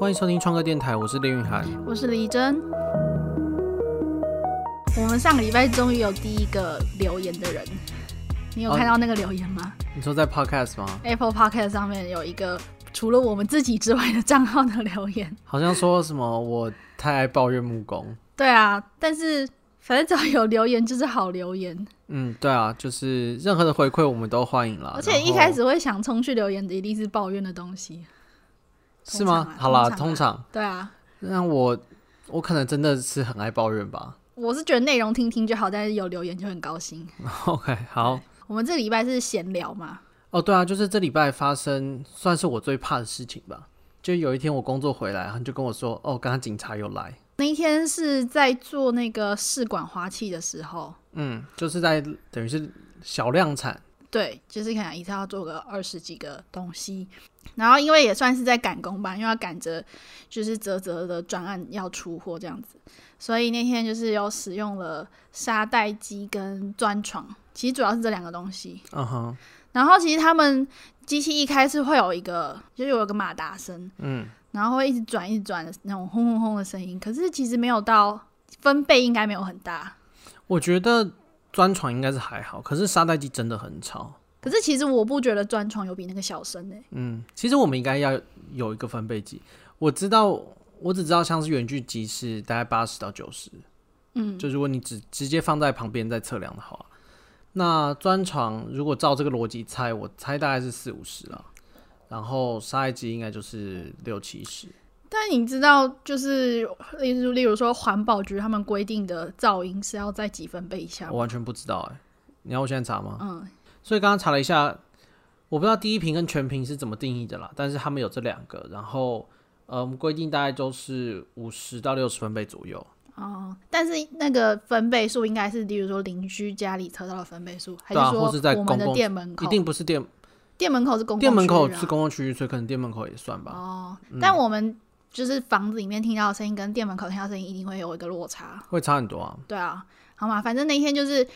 欢迎收听创客电台，我是林韵涵。我是李真。我们上个礼拜终于有第一个留言的人，你有哦看到那个留言吗、你说在 Podcast 吗？ a p p l e Podcast 上面有一个除了我们自己之外的账号的留言。好像说什么我太爱抱怨木工。对啊，但是反正只要有留言就是好留言，嗯，对啊，就是任何的回馈我们都欢迎啦。而且然后一开始会想冲去留言的一定是抱怨的东西。是吗？好啦，通常对啊，那我我可能真的是很爱抱怨吧。 我是觉得内容听听就好，但是有留言就很高兴。 OK，好。我们这个礼拜是闲聊嘛，哦，对啊，就是这礼拜发生算是我最怕的事情吧。就有一天我工作回来，然后就跟我说，哦，刚刚警察又来。那一天是在做那个试管花器的时候，嗯，就是在等于是小量产。对，就是可能一次要做个二十几个东西，然后因为也算是在赶工吧，因为要赶着就是泽泽的专案要出货这样子，所以那天就是有使用了沙袋机跟钻床，其实主要是这两个东西。嗯哼，然后其实他们机器一开始会有一个，就是有一个马达声，嗯，然后会一直转一直转的那种轰轰轰的声音，可是其实没有到分贝应该没有很大，我觉得专床应该是还好，可是沙袋机真的很吵。可是其实我不觉得钻床有比那个小声欸诶、嗯，其实我们应该要有一个分贝机。我知道，我只知道像是远距机是大概八十到九十，嗯，就如果你只直接放在旁边再测量的话，那专床如果照这个逻辑猜，我猜大概是四五十啦。然后沙袋机应该就是六七十。但你知道，就是例如例如说环保局他们规定的噪音是要在几分贝以下我吗？完全不知道哎、你要我现在查吗？嗯，所以刚刚查了一下，我不知道第一屏跟全屏是怎么定义的啦，但是他们有这两个，然后呃，我们规定大概都是五十到六十分贝左右。哦，但是那个分贝数应该是，例如说邻居家里测到的分贝数，还对啊说或是在我们的公共店门口？一定不是店店门口是公共店门口区域啊是公共嗯区域，所以可能店门口也算吧。哦，但我们就是房子里面听到的声音跟店门口听到的声音一定会有一个落差。会差很多啊。对啊，好嘛，反正那一天就是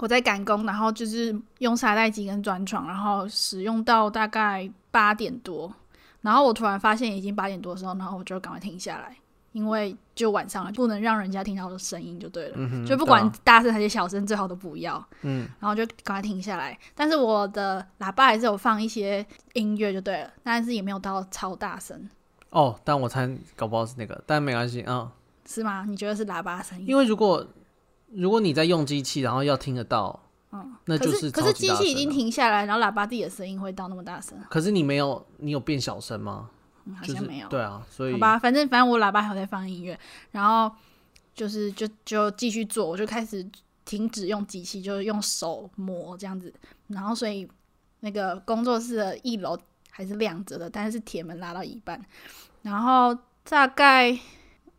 我在赶工，然后就是用沙袋机跟转床，然后使用到大概八点多，然后我突然发现已经八点多的时候，然后我就赶快停下来，因为就晚上了，不能让人家听到的声音就对了。嗯哼，就不对管啊大声还是小声，最好都不要。嗯，然后就赶快停下来。但是我的喇叭还是有放一些音乐就对了，但是也没有到超大声，哦，但我猜搞不好是那个，但没关系啊、是吗？你觉得是喇叭声音？因为如果如果你在用机器，然后要听得到，嗯，那就可是可超是级机大器声已啊经了。停下来，然后喇叭自己的声音会到那么大声，可是你没有，你有变小声吗？嗯、好就是像没有。对啊，所以好吧，反正反正我喇叭还有在放音乐，然后就是就就继续做，我就开始停止用机器，就是用手磨这样子，然后所以那个工作室的一楼还是亮着的，但是铁门拉到一半，然后大概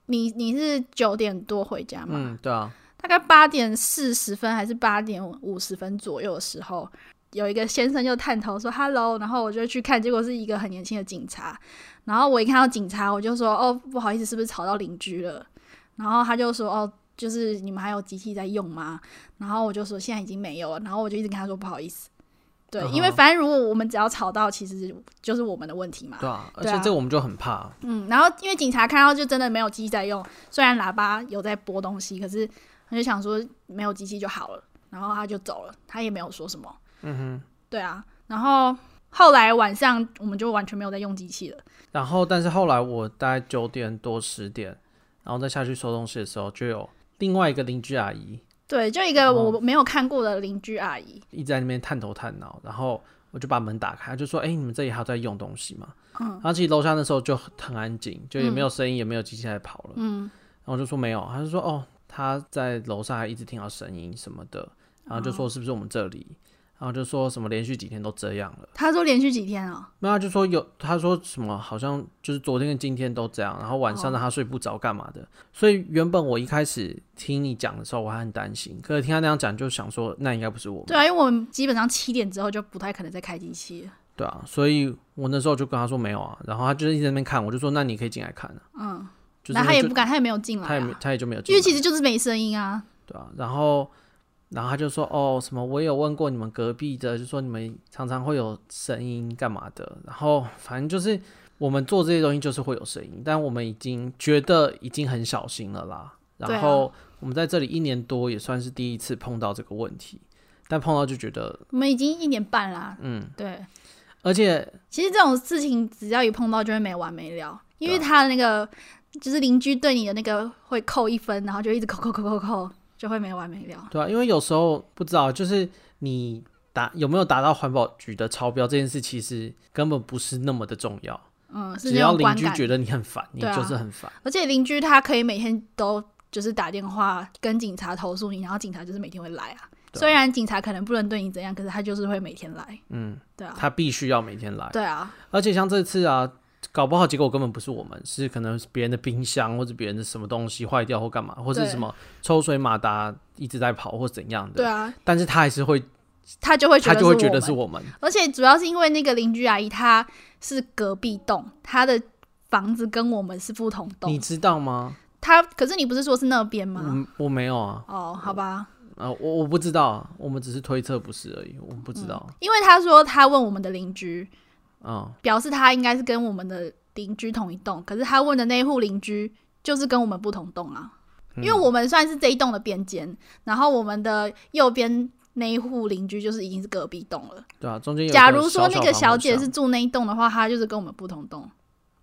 你你是九点多回家嘛，嗯，对啊，大概八点四十分还是八点五十分左右的时候，有一个先生就探头说 “hello”，然后我就去看，结果是一个很年轻的警察。然后我一看到警察，我就说：“哦，不好意思，是不是吵到邻居了？”然后他就说：“哦，就是你们还有机器在用吗？”然后我就说：“现在已经没有了。”然后我就一直跟他说：“不好意思。”对，嗯哼因为反正如果我们只要吵到，其实就是我们的问题嘛。对啊，而对且啊这个我们就很怕，嗯，然后因为警察看到就真的没有机器在用，虽然喇叭有在播东西，可是他就想说没有机器就好了，然后他就走了，他也没有说什么。嗯哼。对啊，然后后来晚上我们就完全没有在用机器了。然后，但是后来我大概九点多十点，然后再下去收东西的时候，就有另外一个邻居阿姨对，就一哦个我没有看过的邻居阿姨，一直在那边探头探脑，然后我就把门打开，她就说：“哎、你们这里还有在用东西吗？”嗯，然后其实楼下那时候就很安静，就也没有声音，也没有机器在跑了。嗯，然后我就说没有，她就说：“哦，她在楼上还一直听到声音什么的。”然后就说：“是不是我们这里？”然后就说什么连续几天都这样了。她说连续几天哦，没有，他就说有，他说什么好像就是昨天跟今天都这样，然后晚上哦让他睡不着干嘛的。所以原本我一开始听你讲的时候，我还很担心，可是听他那样讲，就想说那应该不是我们，对啊，因为我们基本上七点之后就不太可能再开机器了。对啊，所以我那时候就跟他说没有啊，然后他就一直在那边看，我就说那你可以进来看啊，嗯，就是然后她也就不敢，她也没有进来、他也没啊，他也就没有进因来，为其实就是没声音啊。对啊，然后然后他就说哦什么我也有问过你们隔壁的，就说你们常常会有声音干嘛的，然后反正就是。我们做这些东西就是会有声音，但我们已经觉得已经很小心了啦。啊然后我们在这里一年多也算是第一次碰到这个问题，但碰到就觉得我们已经一年半啦。嗯，对，而且其实这种事情只要一碰到就会没完没了，因为对啊他的那个就是邻居对你的那个会扣一分，然后就一直扣扣扣扣扣，就会没完没了。对啊，因为有时候不知道就是你达有没有达到环保局的超标这件事，其实根本不是那么的重要，嗯，是只那要种邻观居感。觉得你很烦，你对啊就是很烦。而且邻居他可以每天都就是打电话跟警察投诉你，然后警察就是每天会来啊。对虽然警察可能不能对你怎样，可是他就是会每天来。嗯，对啊，他必须要每天来。对啊，而且像这次啊，搞不好结果根本不是我们，是可能是别人的冰箱或者别人的什么东西坏掉或干嘛，或是对什么抽水马达一直在跑或怎样的。对啊，但是他还是会，他就会觉他得就会觉得是是我们。我们。而且主要是因为那个邻居阿姨她是隔壁栋，她的房子跟我们是不同你栋。知道吗？她可是你不是说是那边吗？嗯，我没有啊，哦，好吧，啊，我我不知道啊，我们只是推测不是而已，我们不知道。因为她说她问我们的邻居，嗯，表示她应该是跟我们的邻居同一栋，可是她问的那户邻居就是跟我们不同栋啊。嗯因为我们算是这一栋的边间，然后我们的右边那一户邻居就是已经是隔壁栋了。对啊，中间有一假如说小那小个防小火姐墙是，住那一栋的话，她就是跟我们不同栋。嗯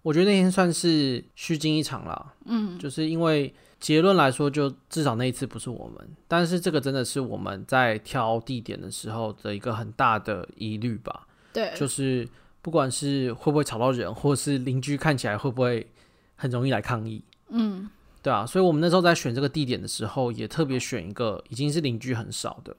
我觉得那天算是虚惊一场啦。嗯，就是因为结论来说，就至少那一次不是我们，但是这个真的是我们在挑地点的时候的一个很大的疑虑吧，对，就是不管是会不会吵到人，或是邻居看起来会不会很容易来抗议，嗯，对啊，所以我们那时候在选这个地点的时候，也特别选一个已经是邻居很少的，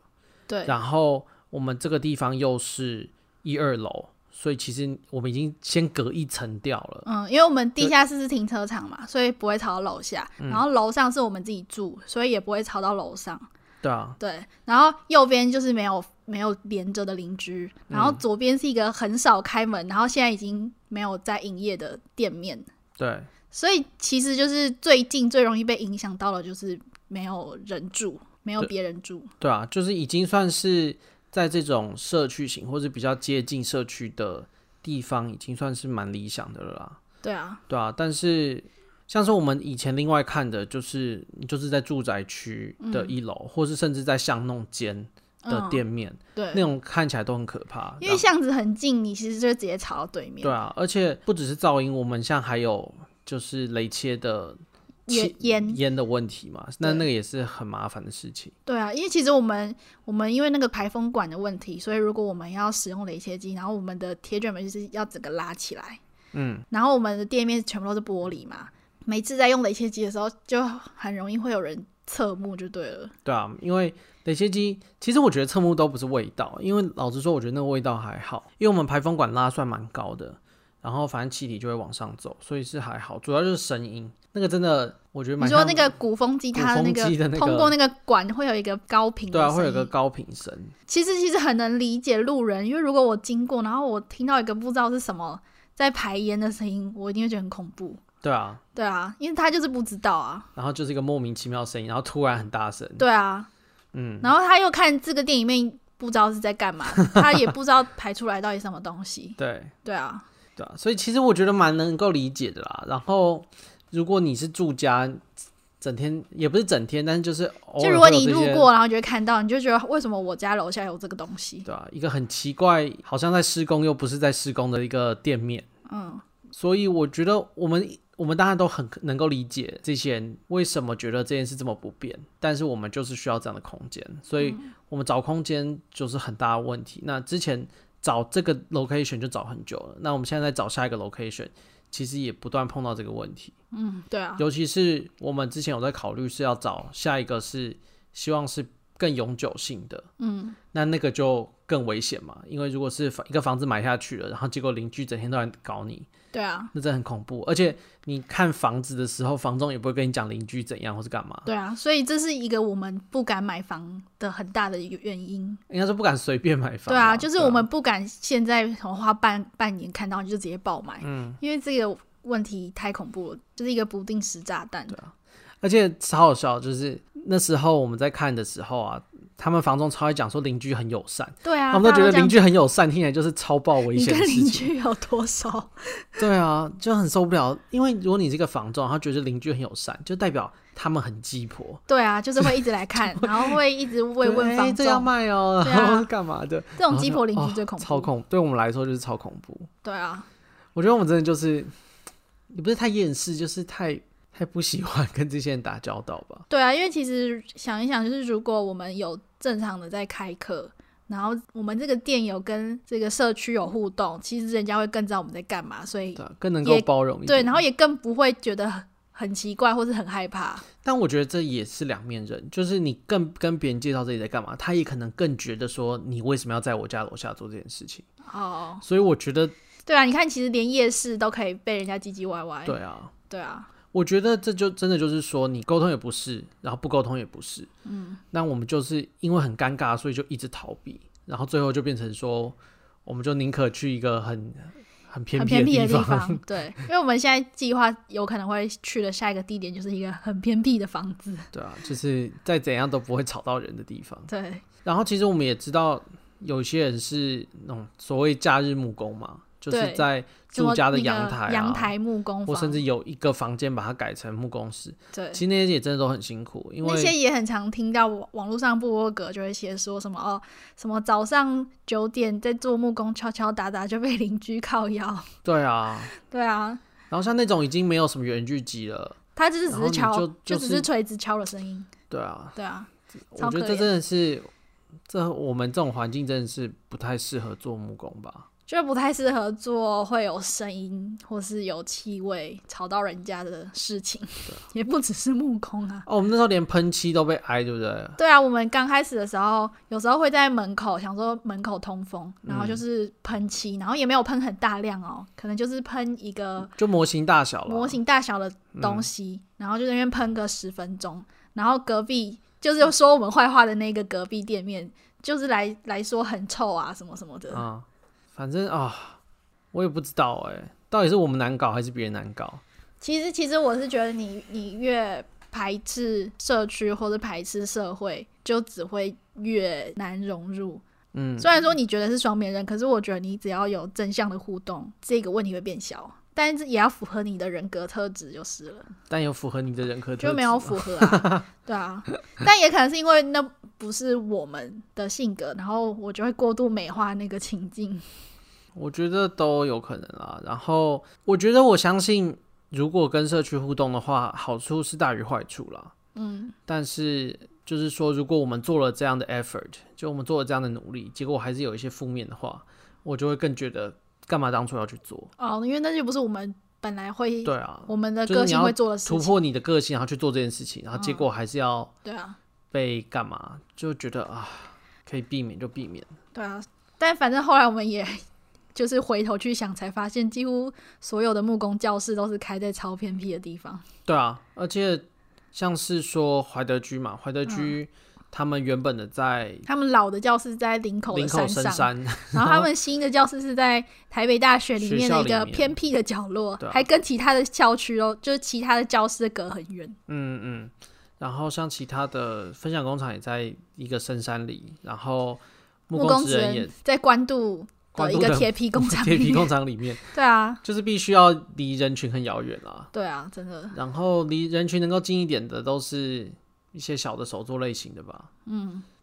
对，然后我们这个地方又是一二楼，所以其实我们已经先隔一层掉了，嗯，因为我们地下室是停车场嘛，所以不会吵到楼下。嗯然后楼上是我们自己住，所以也不会吵到楼上。对啊，对，然后右边就是没有没有连着的邻居，然嗯后左边是一个很少开门，然后现在已经没有在营业的店面，对。所以其实就是最近最容易被影响到的，就是没有人住，没有对别人住。对啊，就是已经算是在这种社区型或者比较接近社区的地方，已经算是蛮理想的了啦。对啊，对啊，但是像是我们以前另外看的，就是你就是在住宅区的一楼，或是甚至在巷弄间的嗯，店面，对那，种看起来都很可怕。因然为巷子很近，你其实就直接吵到对面，对啊，而且不只是噪音，我们像还有就是雷切的也气烟，烟的问题嘛，那对那个也是很麻烦的事情。对啊，因为其实我们我们因为那个排风管的问题，所以如果我们要使用雷切机，然后我们的铁卷门就是要整个拉起来，嗯，然后我们的店面全部都是玻璃嘛，每次在用雷切机的时候，就很容易会有人侧目，就对了。对啊，因为雷切机，其实我觉得侧目都不是味道，因为老实说，我觉得那个味道还好，因为我们排风管拉算蛮高的，然后反正气体就会往上走，所以是还好，主要就是声音，那个真的我觉得你蛮说像。那个鼓风机，它鼓风个机的那个通过那个管会有一个高频的对啊，声会有音个高频声，其实其实很能理解路人，因为如果我经过，然后我听到一个不知道是什么在排烟的声音，我一定会觉得很恐怖。对啊，对啊，因为他就是不知道啊。然后就是一个莫名其妙的声音，然后突然很大声，对啊，嗯，然后他又看这个电影面不知道是在干嘛，他也不知道排出来到底什么东西。对对啊，对啊，所以其实我觉得蛮能够理解的啦。然后如果你是住家，整天也不是整天，但是就是偶就尔如果会有你这路些过，然后就会看到，你就觉得为什么我家楼下有这个东西？对啊，一个很奇怪，好像在施工又不是在施工的一个店面，嗯，所以我觉得我们我们大家都很能够理解这些人为什么觉得这件事这么不便，但是我们就是需要这样的空间，所以我们找空间就是很大的问题。那之前找这个 location 就找很久了，那我们现在在找下一个 location，其实也不断碰到这个问题，嗯，对啊，尤其是我们之前有在考虑是要找下一个是希望是更永久性的，嗯，那那个就更危险嘛，因为如果是房一个房子买下去了，然后结果邻居整天都来搞你，对啊，那真的很恐怖。而且你看房子的时候，房东也不会跟你讲邻居怎样或是干嘛，对啊，所以这是一个我们不敢买房的很大的一个原因。应该是不敢随便买房。对啊，就是我们不敢现在什么花半半年看到就直接爆买，嗯，因为这个问题太恐怖了，就是一个不定时炸弹。而且超好笑，就是那时候我们在看的时候啊，他们房东超爱讲说邻居很友善，对啊，他们都大觉家得这样邻居很友善，听起来就是超爆危你险跟的事邻情。居有多少？对啊，就很受不了。因为如果你是一个房东，然后觉得邻居很友善，就代表他们很鸡婆，对啊，就是会一直来 看，然后会一直慰问对房哎这东。要卖哦、对啊然后 干嘛的？这然种后鸡就婆邻居哦最恐怖。超恐，对我们来说就是超恐怖。对啊，我觉得我们真的就是，也不是太厌世，就是太太不喜欢跟这些人打交道 吧。对啊，因为其实想一想，就是如果我们有正常的在开课，然后我们这个店有跟这个社区有互动，其实人家会更知道我们在干嘛，所以对啊，更能够也包容一点。对，然后也更不会觉得很很奇怪或是很害怕。但我觉得这也是两面人，就是你更跟别人介绍自己在干嘛，他也可能更觉得说你为什么要在我家楼下做这件事情。哦，所以我觉得，对啊，你看，其实连夜市都可以被人家唧唧歪歪。对啊，对啊，我觉得这就真的就是说，你沟通也不是，然后不沟通也不是。嗯，那我们就是因为很尴尬，所以就一直逃避，然后最后就变成说，我们就宁可去一个很很偏很僻偏僻的地地方，对，因为我们现在计划有可能会去的下一个地点就是一个很偏僻的房子， 对啊，就是再怎样都不会吵到人的地方。对，然后其实我们也知道，有些人是那种所谓假日木工嘛，就是对在什住么家的那个阳台、啊、阳台木工或房，甚至有一个房间把它改成木工室。对其，实那些也真的都很辛苦，因那些为也很常听到网网络上部落格就会写说什么哦，什么早上九点在做木工敲敲打打就被邻居靠腰， 对啊，对啊，然后像那种已经没有什么远距机了，他就是只然后是你敲，就就只是是锤子敲的声音，对啊，对啊，我超觉得可这怜真的是。这我们这种环境真的是不太适合做木工吧？就是不太适合做会有声音或是有气味吵到人家的事情，啊 也不只是木工啊。哦，我们那时候连喷漆都被挨，对不对？对啊，我们刚开始的时候，有时候会在门口想说门口通风，然后就是喷漆，然后也没有喷很大量哦，可能就是喷一个就模型大小了。模型大小的东西，然后就在那边喷个十分钟，然后隔壁就是说我们坏话的那个隔壁店面，就是来来说很臭啊什么什么的，啊、反正啊、我也不知道哎、到底是我们难搞还是别人难搞？其实，其实我是觉得你，你越排斥社区或者排斥社会，就只会越难融入。嗯，虽然说你觉得是双面人，可是我觉得你只要有正向的互动，这个问题会变小。但是也要符合你的人格特质就是了，但有符合你的人格特质就没有吗符合 啊，对啊。但也可能是因为那不是我们的性格，然后我就会过度美化那个情境。我觉得都有可能啦。然后我觉得我相信，如果跟社区互动的话，好处是大于坏处啦。嗯，但是就是说，如果我们做了这样的 effort，就我们做了这样的努力，结果还是有一些负面的话，我就会更觉得干嘛当初要去做？哦，因为那就不是我们本来会，对啊，我嗯们的就是个你性要会做的事突情。破你的个性，然后去做这件事情，然后结果还是要。对啊，被干嘛，就觉得啊，可以避免就避免。对啊，但反正后来我们也就是回头去想，才发现几乎所有的木工教室都是开在超偏僻的地方。对啊，而且像是说怀德居嘛，怀德嗯居、他们原本的在他们老的教室在林口林的口深上，山， 然后他们新的教室是在台北大学里面的一学校个里面偏僻的角落，对啊还跟其他的校区哦，就是其他的教室隔很远。嗯嗯。然后像其他的分享工厂也在一个深山里，然后木工木工职职人也人在关渡关的渡一的个铁皮 工 厂铁里皮工面，厂里面，对啊，就是必须要离人群很遥远啦。对啊，真的，然后离人群能够近一点的，都是一些小的手作类型的吧。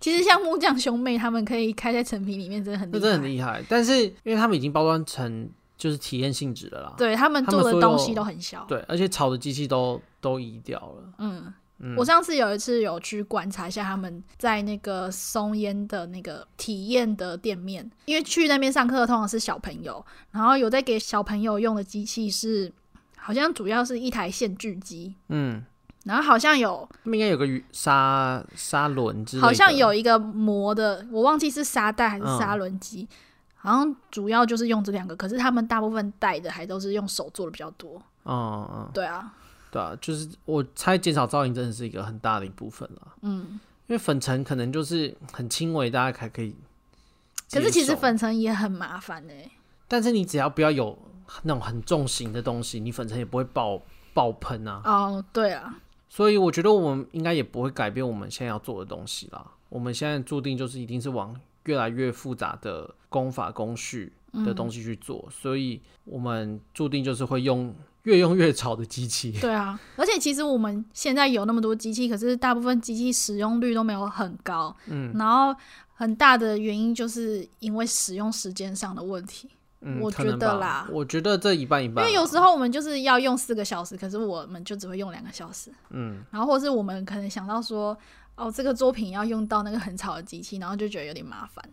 其实像木匠兄妹他们可以开在成品里面，真的很那厉害，真的很厉害。但是因为他们已经包装成就是体验性质的啦，对他们他们做所的有东西都很小，对，而且炒的机器都都移掉了。嗯嗯，我上次有一次有去观察一下他们在那个松烟的那个体验的店面，因为去那边上课的通常是小朋友，然后有在给小朋友用的机器是，好像主要是一台线锯机，嗯，然后好像有他们应该有个鱼砂砂轮之类的，好像有一个磨的，我忘记是沙袋还是嗯砂轮机，好像主要就是用这两个，可是他们大部分带的还都是用手做的比较多，嗯，嗯对啊，对啊，就是我猜减少噪音真的是一个很大的一部分啦。嗯，因为粉尘可能就是很轻微，大家还可以。可是其实，粉尘也很麻烦哎、但是你只要不要有那种很重型的东西，你粉尘也不会爆爆喷啊。哦，对啊，所以我觉得我们应该也不会改变我们现在要做的东西啦。我们现在注定就是一定是往越来越复杂的功法工序的东嗯西去做，所以我们注定就是会用越用越吵的机器。对啊，而且其实我们现在有那么多机器，可是大部分机器使用率都没有很高。嗯，然后很大的原因就是因为使用时间上的问题。嗯，我可觉能得吧啦我觉得这一半一因半啊，为有时候我们就是要用四个小时，可是我们就只会用两个小时。嗯，然后或是我们可能想到说，哦，这个作品要用到那个很吵的机器，然后就觉得有点麻烦。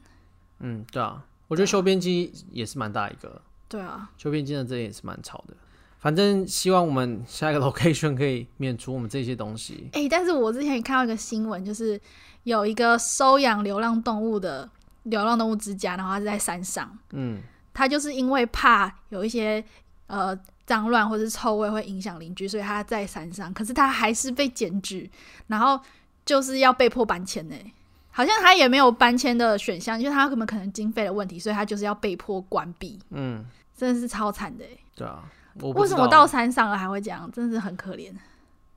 嗯，对啊，我觉得修边机也是蛮大一个，对啊，修边机的这也是蛮吵的。反正希望我们下一个 location 可以免除我们这些东西。诶，但是我之前也看到一个新闻，就是有一个收养流浪动物的流浪动物之家，然后它是在山上，嗯，它就是因为怕有一些呃脏乱或是臭味会影响邻居，所以它在山上，可是它还是被检举，然后就是要被迫搬迁呢、欸好像它也没有搬迁的选项，就是它可能可能经费的问题，所以它就是要被迫关闭，嗯，真的是超惨的、欸。对啊，我不为知什么道到山上了还会这样？真的是很可怜。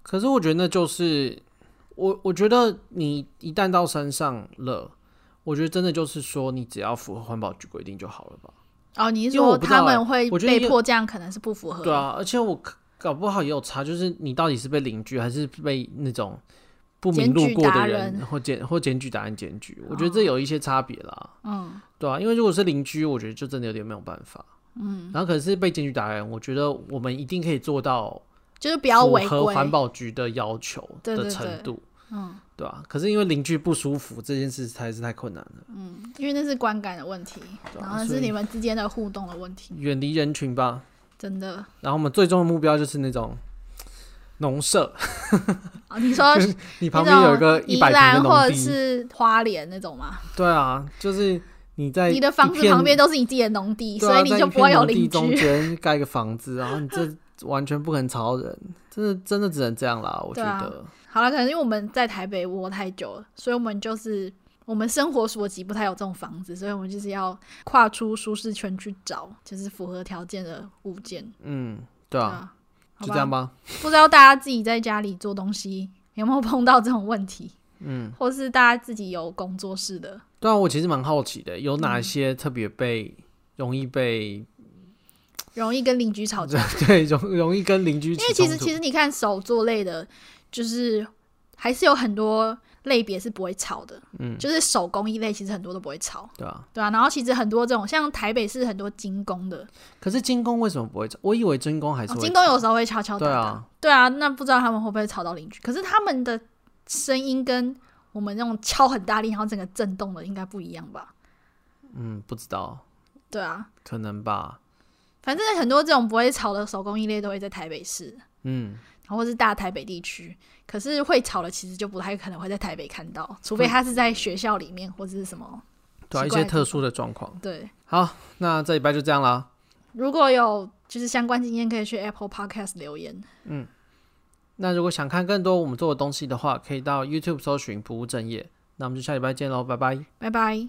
可是我觉得那就是我，我觉得你一旦到山上了，我觉得真的就是说，你只要符合环保局规定就好了吧？哦，你是因为说我不知道他们欸会我觉得被有迫这样，可能是不符合？对啊，而且我可搞不好也有差，就是你到底是被邻居还是被那种不明路过检举的达人哦或检或检举达人检举，我觉得这有一些差别啦。嗯，对啊，因为如果是邻居，我觉得就真的有点没有办法。嗯，然后可是被检举达人，我觉得我们一定可以做到就是不要符违合规。环保局的要求对对的对程度，嗯对吧、可是因为邻居不舒服这件事才是太困难了，嗯，因为那是观感的问题，对啊然后那所是以你们之间的互动的问题，远离人群吧。真的。然后我们最终的目标就是那种农舍，哦，你 说 你旁那边有一种个宜一百平的兰或农者地，是花莲那种吗？对啊，就是你在你的房一子片旁边都是你自己的农地，对所啊以你在就一不会片有农地邻中居。间盖一个房子，然后你这完全不肯吵人，真的真的只能这样啦，我觉对啊得。 好了，可能因为我们在台北窝太久了，所以我们就是我们生活所及不太有这种房子，所以我们就是要跨出舒适圈去找，就是符合条件的物件。嗯，对对啊，啊，好就吧这样吧。不知道大家自己在家里做东西有没有碰到这种问题，嗯，或是大家自己有工作室的，对啊，我其实蛮好奇的，有哪些特别被、容易被容易跟邻居吵架。 对容容易跟邻居起哦因为其实冲突其实你看手作类的，就是还是有很多类别是不会吵的，嗯就是手工艺类其实很多都不会吵，对啊，对啊。然后其实很多这种像台北市很多精工的，可是精工为什么不会吵？我以为精工还是哦会吵、精工有时候会敲敲打对打，啊，对啊，那不知道他们会不会吵到邻居？可是他们的声音跟我们那种敲很大力，然后整个震动的应该不一样吧？嗯，不知道，对啊，可能吧。反正很多这种不会吵的手工艺类都会在台北市，嗯，然后或是大台北地区。可是会吵的其实就不太可能会在台北看到，除非他是在学校里面或者是什么。对啊，奇一怪些特殊的状况。对，好，那这礼拜就这样啦。如果有就是相关经验，可以去 Apple Podcast 留言。那如果想看更多我们做的东西的话，可以到 YouTube 搜寻“不务正业”。那我们就下礼拜见喽，拜拜。拜拜。